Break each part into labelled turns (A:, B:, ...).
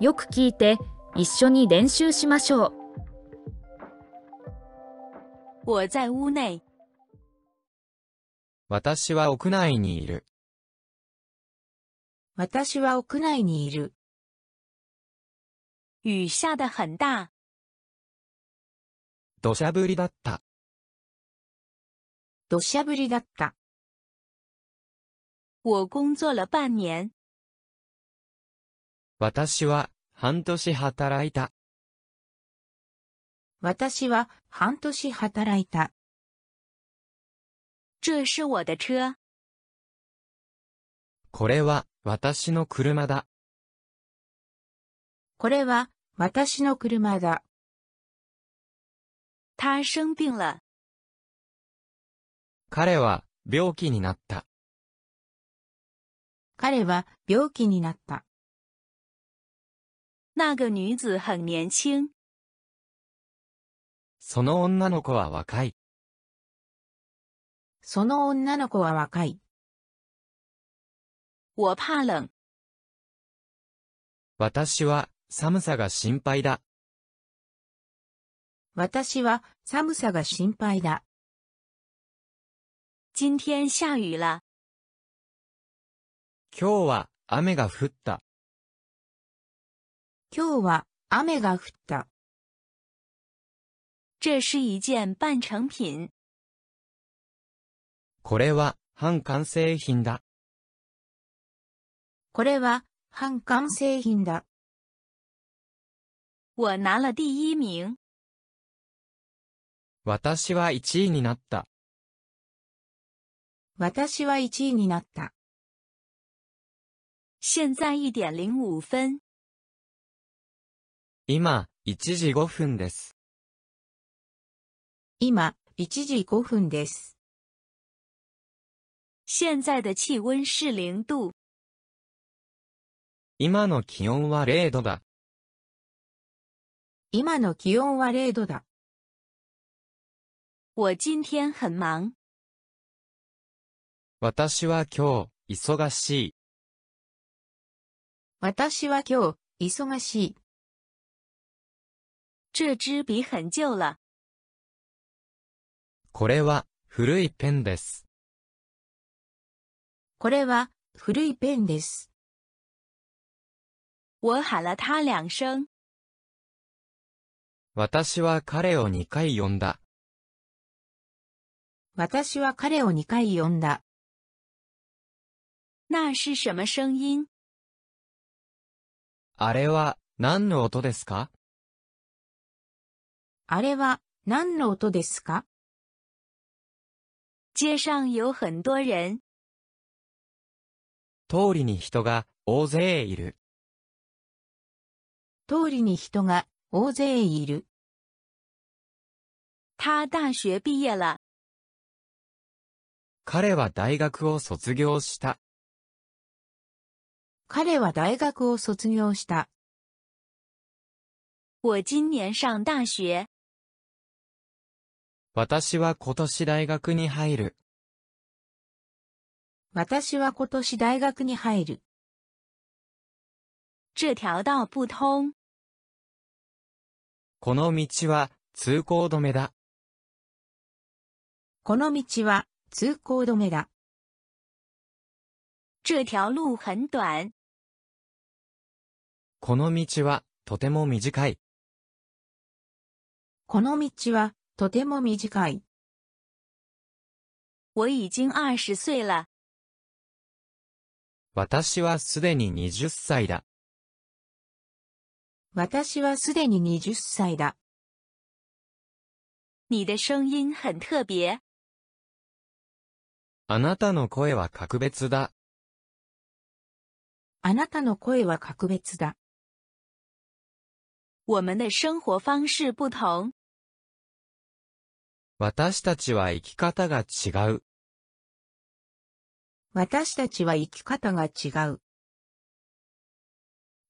A: よく聞いて一緒に練習しましょう。
B: 我在屋内。
C: 私は屋内にいる。
D: 私は屋内にいる。
B: 雨下得很大。
C: 土砂降りだった。
D: 土砂降りだった。
B: 我工作了半年。
C: 私は半年働いた。
D: 私は半年働いた。
B: 这是我的车。
C: これは私の車だ。
D: これは私の車だ。
B: 他生病了。
C: 彼は病気になった。
D: 彼は病気になった。
B: 那个女子很年轻。
C: その女の子は若い。
D: その女の子は若い。
B: 我怕冷。
C: 私は寒さが心配だ。
D: 私は寒さが心配だ。
B: 今天下雨了。
C: 今日は雨が降った。
D: 今日は雨が降った。
B: 这是一件半成品。
C: これは半完成品だ。
D: これは半完成品だ。
B: 我拿了第一名。
C: 私は1位になった。
D: 私は1位になった。
B: 现在一点零五分。
C: 今、1時5分です。
D: 今、1時5分です。
B: 现在的气温是零度。
C: 今の気温は0度だ。
D: 今の気温は0度だ。
B: 我今天很忙。
C: 私は今日、忙しい。
D: 私は今日、忙しい。
B: 这支笔很旧了。
C: これは、古いペンです。
D: これは古いペンです。
B: 我喊了他两声。
C: 私は彼を2回呼んだ。
D: 私は彼を2回呼んだ。
B: 那是什么声音？
C: あれは、何の音ですか
D: あれは何の音ですか
B: 街上有很多人。
C: 通りに人が、大勢いる。
D: 通りに人が大勢いる。
B: 他大学毕业了。
C: 彼は大学を卒業した。
D: 彼は大学を卒業した。
B: 我今年上大学。
C: 私は今年大学に入る。
D: 私は今年大学に入る。
B: 这条道不通，
C: この道は、通行止めだ。
D: この道は通行止めだ。
B: 这条路很短。
C: この道は、とても短い。
D: この道はとても短い。
B: 我已经二十岁了。
C: 私はすでに20歳だ。
D: 私はすでに20歳だ。
B: 你的声音很特别，
C: あなたの声は格別だ。
D: あなたの声は格別だ。
B: 我们的生活方式不同。
C: 私たちは生き方が違う。
D: 私たちは生き方が違う。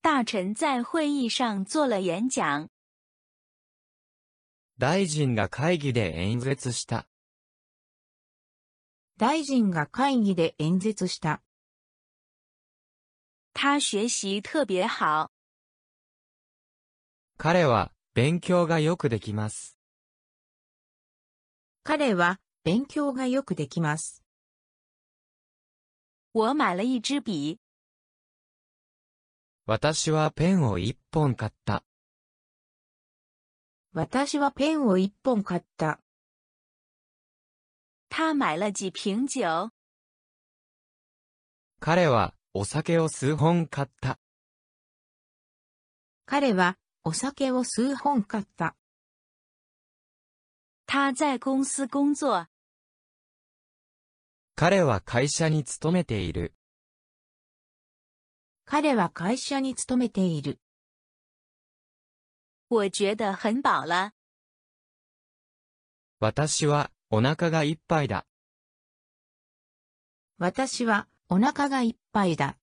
B: 大臣在会议上做了演讲，
C: 大臣が会議で演説した。
D: 大臣が会議で演説した。
B: 他学习特别好。
C: 彼は勉強がよくできます。
D: 彼は勉強がよくできます。
B: 我买了一支笔，
C: 私はペンを一本買った。
D: 私はペンを一本買った。
B: 他买了几瓶酒，
C: 彼はお酒を数本買った。
D: 彼はお酒を数本買った。
B: 他在公司工作，
C: 彼は会社に勤めている。
D: 彼は会社に勤めている。
B: 我觉得很饱了。
C: 私はお腹がいっぱいだ。
D: 私はお腹がいっぱいだ。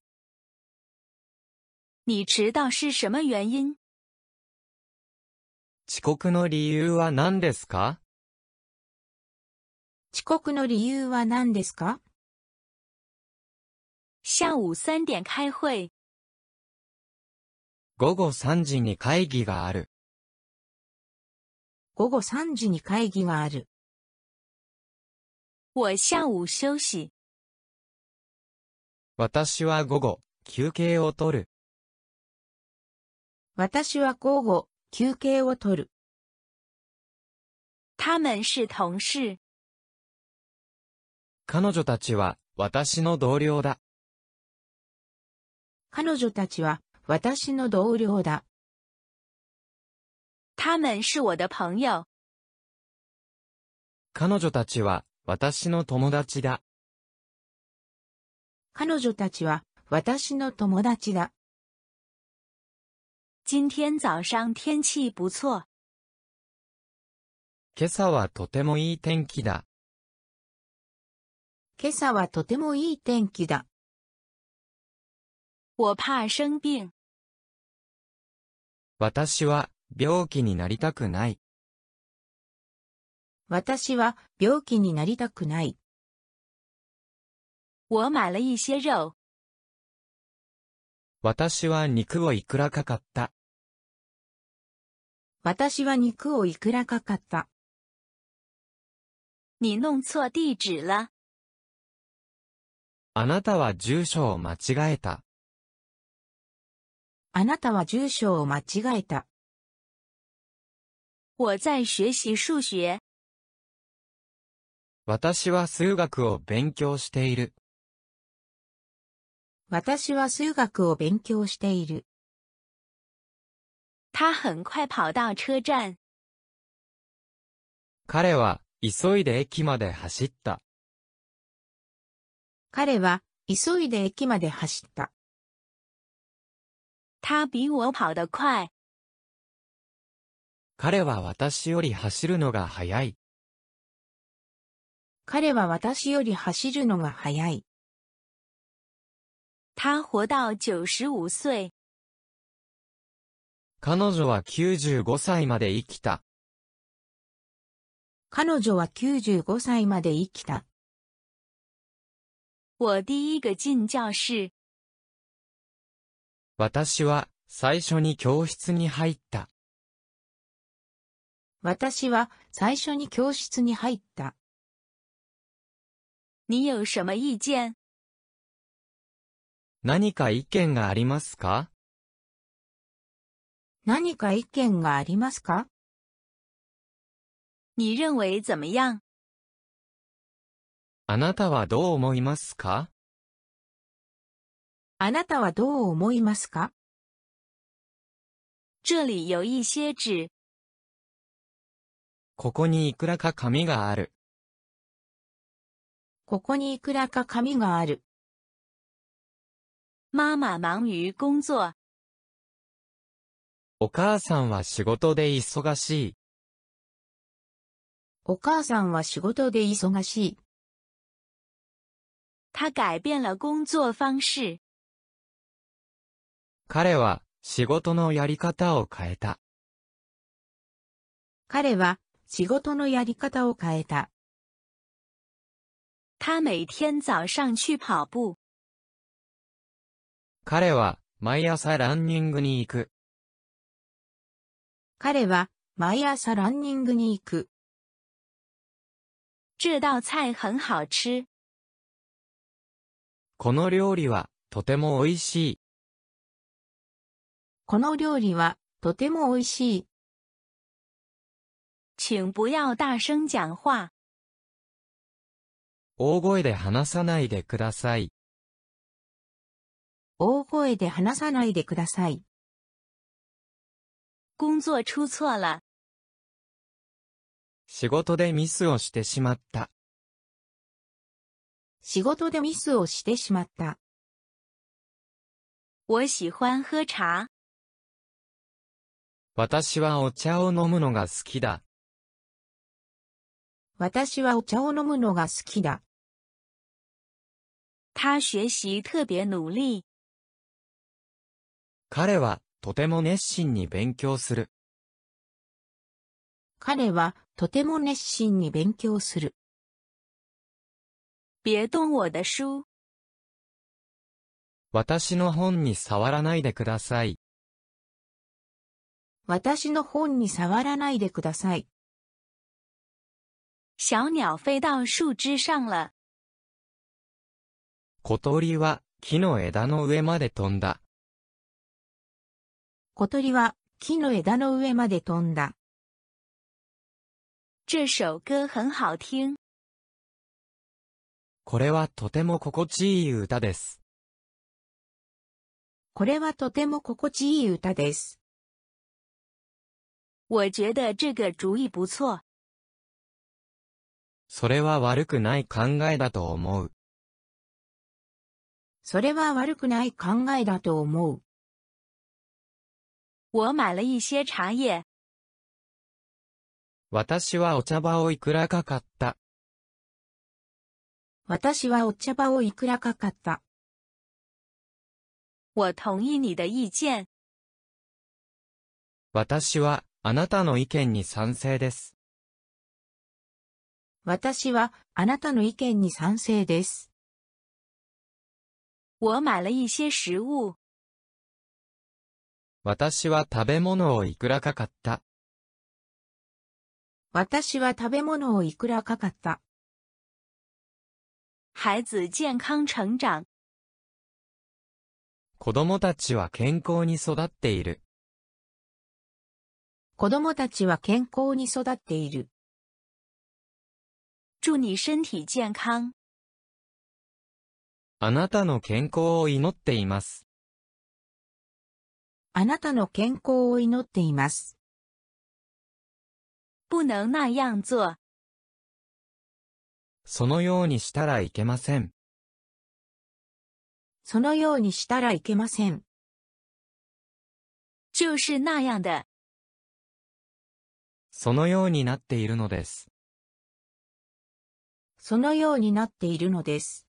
B: 你迟到是什么原因？
C: 遅刻の理由は何ですか
D: 遅刻の理由は何ですか
B: 下午三点开会，
C: 午後3時に会議がある。
D: 午後3時に会議がある。
B: 我下午休息。
C: 私は午後、休憩を取る。
D: 私は午後、休憩を取る。
B: 他们是同事，
C: 彼女たちは私の同僚だ。
D: 彼女たちは私の同僚だ。
B: 他们是我的朋友。
C: 彼女たちは私の友達だ。
D: 彼女たちは私の友達だ。
B: 今天早上天气不错，
C: 今朝はとてもいい天気だ。
D: 今朝はとてもいい天気だ。
B: 我怕生病。
C: 私は病気になりたくない。
D: 私は病気になりたくない。
B: 我买了一些肉，
C: 私は肉をいくらか買った。
D: 私は肉をいくらかかった。
B: 你弄错地址了。
C: あなたは住所を間違えた。
D: あなたは住所を間違えた。
B: 我在学习数学，
C: 私は数学を勉強している。
D: 私は数学を勉強している。
B: 他很快跑到车站。
C: 彼は急いで駅まで走った。
D: 彼は急いで駅まで走った。
B: 他比我跑得快。
C: 彼は私より走るのが早い。
D: 彼は私より走るのが早い。
B: 他活到九十五岁。
C: 彼女は95歳まで生きた。
D: 彼女は95歳まで生きた。
B: 我第一个进教室。
C: 私は最初に教室に入った。
D: 私は最初に教室に入った。
B: 你有什么意见？
C: 何か意見がありますか
D: 何か意見がありますか
B: 你认为怎么样？
C: あなたはどう思いますか
D: あなたはどう思いますか
B: 这里有一些纸，
C: ここにいくらか紙がある。
D: ここにいくらか紙がある。
B: 妈妈忙于工作，
C: お母さんは仕事で忙しい。
D: お母さんは仕事で忙しい。
B: 她改变了工作方式。
C: 彼は仕事のやり方を変えた。
D: 彼は仕事のやり方を変えた。
B: 她每天早上去跑步。
C: 彼は毎朝ランニングに行く。
D: 彼は毎朝ランニングに行く。
B: 这道菜很好吃。
C: この料理はとても美味しい。
D: この料理はとても美味しい。
B: 请不要大声讲话，
C: 大声で話さないでください。
D: 大声で話さないでください。
B: 工作出错了，
C: 仕事でミスをしてしまった。
D: 仕事でミスをしてしまった。
B: 我喜欢喝茶，
C: 私はお茶を飲むのが好きだ。
D: 私はお茶を飲むのが好きだ。
B: 他学习特别努力，
C: 彼はとても熱心に勉強する。
D: 彼はとても熱心に勉強する。
B: 别动我的书，
C: 私の本に触らないでください。
D: 私の本に触らないでください。
B: 小鸟飞到树枝上了，
C: 小鳥は木の枝の上まで飛んだ。
D: 小鳥は木の枝の上まで飛んだ。
B: 这首歌很好听，
C: これはとても心地いい歌です。
D: これはとても心地いい歌です。
B: 我觉得这个主意不错。
C: それは悪くない考えだと思う。
D: それは悪くない考えだと思う。
B: 我买了一些茶叶，
C: 私はお茶葉をいくらか買った。
D: 私はお茶葉をいくらかかった。
B: 我同意你的意见，
C: 私はあなたの意見に賛成です。
D: 私はあなたの意見に賛成です。
B: 我买了一些食物，
C: 私は食べ物をいくらか買った。
D: 私は食べ物をいくらかかった。
B: 孩子健康成长，
C: 子供たちは健康に育っている。
D: 子供たちは健康に育っている。
B: 祝你身体健康。
C: あなたの健康を祈っています。
D: あなたの健康を祈っています。
B: 不能那样做，
C: そのようにしたらいけません。
D: そのようにしたらいけません。
B: 就是那样的。
C: そのようになっているのです。
D: そのようになっているのです。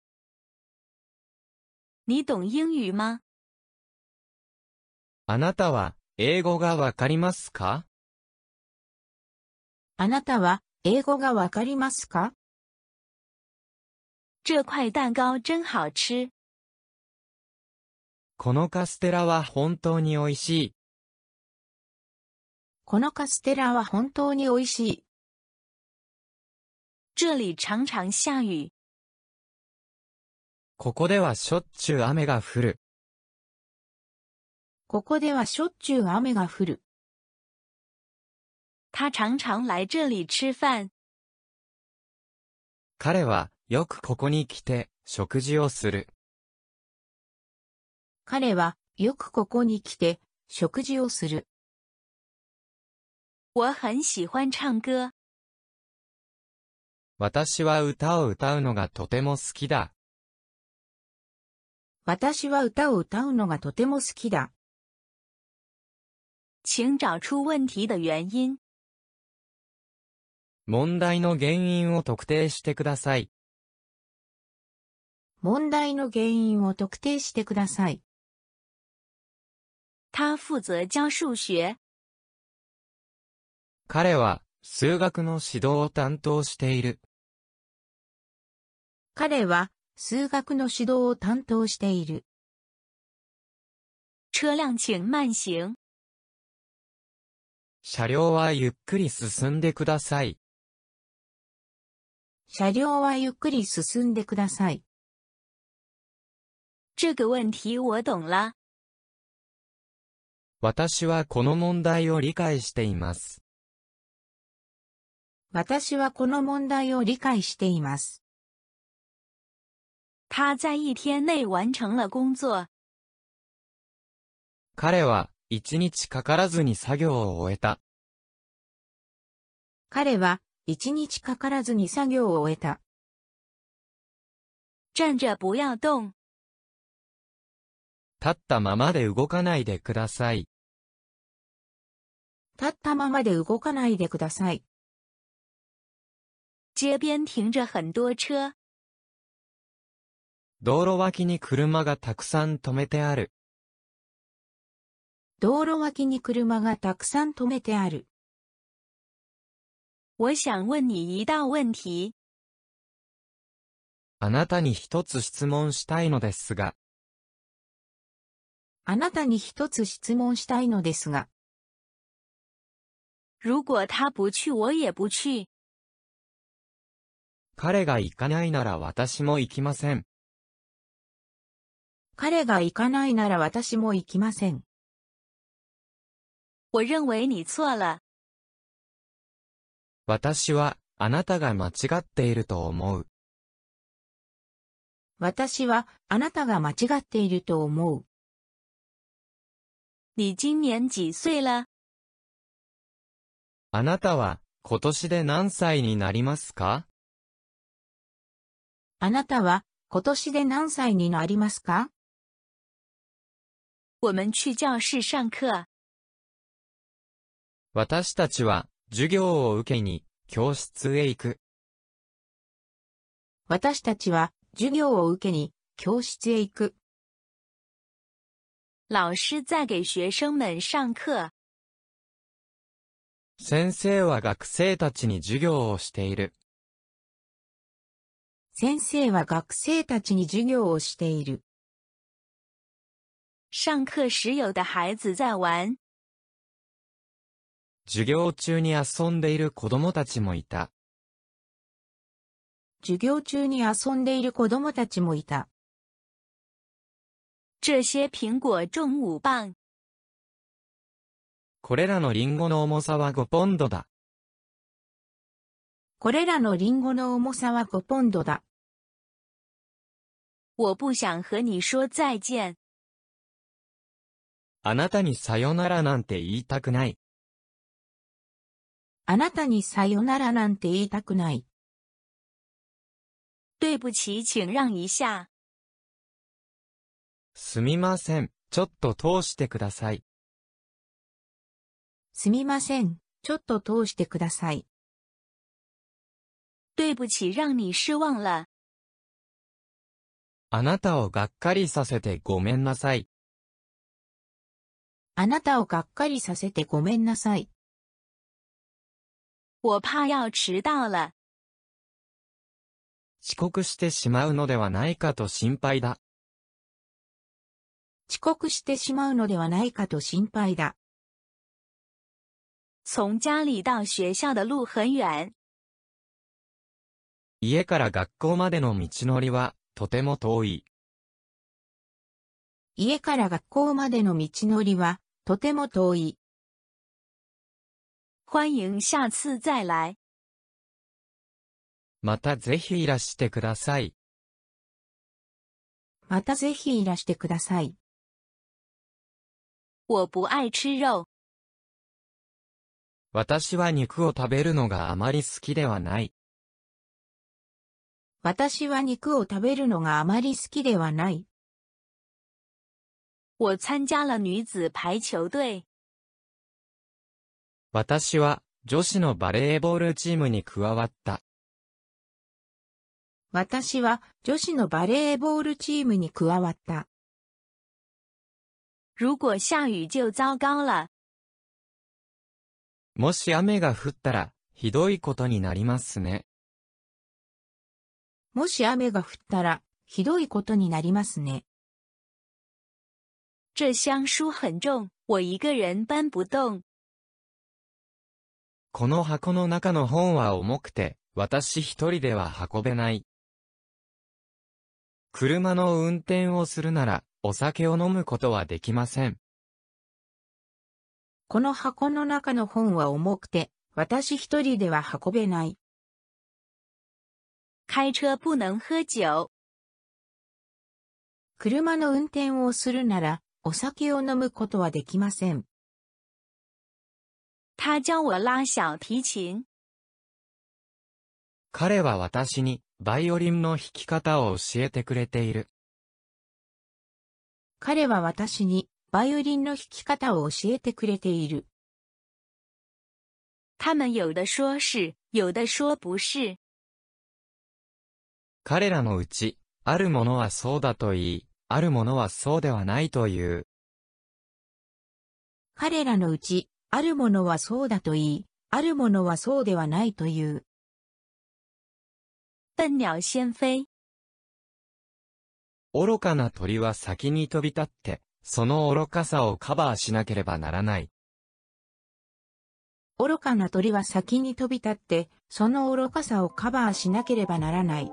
B: 你懂英语吗？
C: あなたは英語がわかりますか
D: あなたは英語がわかりますか
B: 这块蛋糕真好吃，
C: このカステラは本当に美味しい。
D: このカステラは本当に美味しい。
B: 这里常常下雨，
C: ここではしょっちゅう雨が降る。
D: ここではしょっちゅう雨が降る。
B: 他常常来这里吃饭。
C: 彼はよくここに来て食事をする。
D: 彼はよくここに来て食事をする。
B: 我很喜欢唱歌，
C: 私は歌を歌うのがとても好きだ。
D: 私は歌を歌うのがとても好きだ。
B: 请找出问题的原因。
C: 問題の原因を特定してください。
D: 問題の原因を特定してください。
B: 他负责教数学，
C: 彼は数学の指導を担当している。
D: 彼は数学の指導を担当している。
B: 车辆请慢行。
C: 車両はゆっくり進んでください。
D: 車両はゆっくり進んでください。
B: 这个问题我懂了。
C: 私はこの問題を理解しています。
D: 私はこの問題を理解しています。
B: 他在一天内完成了工作。
C: 彼は、一日かからずに作業を終えた。
D: 彼は、一日かからずに作業を終えた。
B: 站着不要动，
C: 立ったままで動かないでください。
D: 立ったままで動かないでください。
B: 街边停着很多车，
C: 道路脇に車がたくさん止めてある。
D: 道路脇に車がたくさん止めてある。
B: 我想问你一道问题。
C: あなたに一つ質問したいのですが、
D: あなたに一つ質問したいのですが、
B: 如果他不去，我也不去。
C: 彼が行かないなら私も行きません。
D: 彼が行かないなら私も行きません。
B: 我认为你错了。
C: 私は、あなたが間違っていると思う。
D: 私は、あなたが間違っていると思う。
B: 你今年几岁了？
C: あなたは、今年で何歳になりますか
D: あなたは、今年で何歳になりますか
B: 我们去教室上课。
C: 私たちは、授業を受けに、教室へ行く。
D: 私たちは、授業を受けに、教室へ行く。
B: 老师在给学生们上课。
C: 先生は学生たちに授業をしている。
D: 先生は学生たちに授業をしている。
B: 上课时，有的孩子在玩，
C: 授業中に遊んでいる子供たちもいた。
D: 授業中に遊んでいる子供たちもいた。
B: 这些苹果重五磅，
C: これらのリンゴの重さは5ポンドだ。
D: これらのリンゴの重さは5ポンドだ。
B: 我不想和你说再见。
C: あなたにさよならなんて言いたくない。
D: あなたにさよならなんて言いたくない。
B: 对不起，请让一下。
C: すみません。ちょっと通してください。
D: すみません。ちょっと通してください。
B: 对不起，让你失望了。
C: あなたをがっかりさせてごめんなさい。
D: あなたをがっかりさせてごめんなさい。
B: 我怕要迟到了。
C: 遅刻してしまうのではないかと心配だ。
D: 遅刻してしまうのではないかと心配だ。
B: 从家里到学校的路很远，
C: 家から学校までの道のりは、とても遠い。
D: 家から学校までの道のりは、とても遠い。
B: 欢迎下次再来。
C: またぜひいらしてください。
D: またぜひいらしてください。
B: 我不爱吃肉，
C: 私は肉を食べるのがあまり好きではない。
D: 私は肉を食べるのがあまり好きではない。
B: 我参加了女子排球队。
C: 私は、女子のバレーボールチームに加わった。
D: 私は女子のバレーボールチームに加わった。
B: 如果下雨就糟糕了。
C: もし雨が降ったら、ひどいことになりますね。
D: もし雨が降ったら、ひどいことになりますね。
B: 这箱书很重，我一个人搬不动。
C: この箱の中の本は重くて、私一人では運べない。車の運転をするなら、お酒を飲むことはできません。
D: この箱の中の本は重くて、私一人では運べない。
B: 开车不能喝酒。
D: 車の運転をするなら、お酒を飲むことはできません。
B: 他教我拉小提琴。
C: 彼は私に、バイオリンの弾き方を教えてくれている。
D: 彼は私に、バイオリンの弾き方を教えてくれている。
B: 他们有的说是，有的说不是。
C: 彼らのうち、あるものはそうだと言い、あるものはそうではないという。
D: 彼らのうち、あるものはそうだと言い、あるものはそうではないという。
B: 笨鸟先飞。
C: 愚かな鳥は先に飛び立って、その愚かさをカバーしなければならない。
D: 愚かな鳥は先に飛び立って、その愚かさをカバーしなければならない。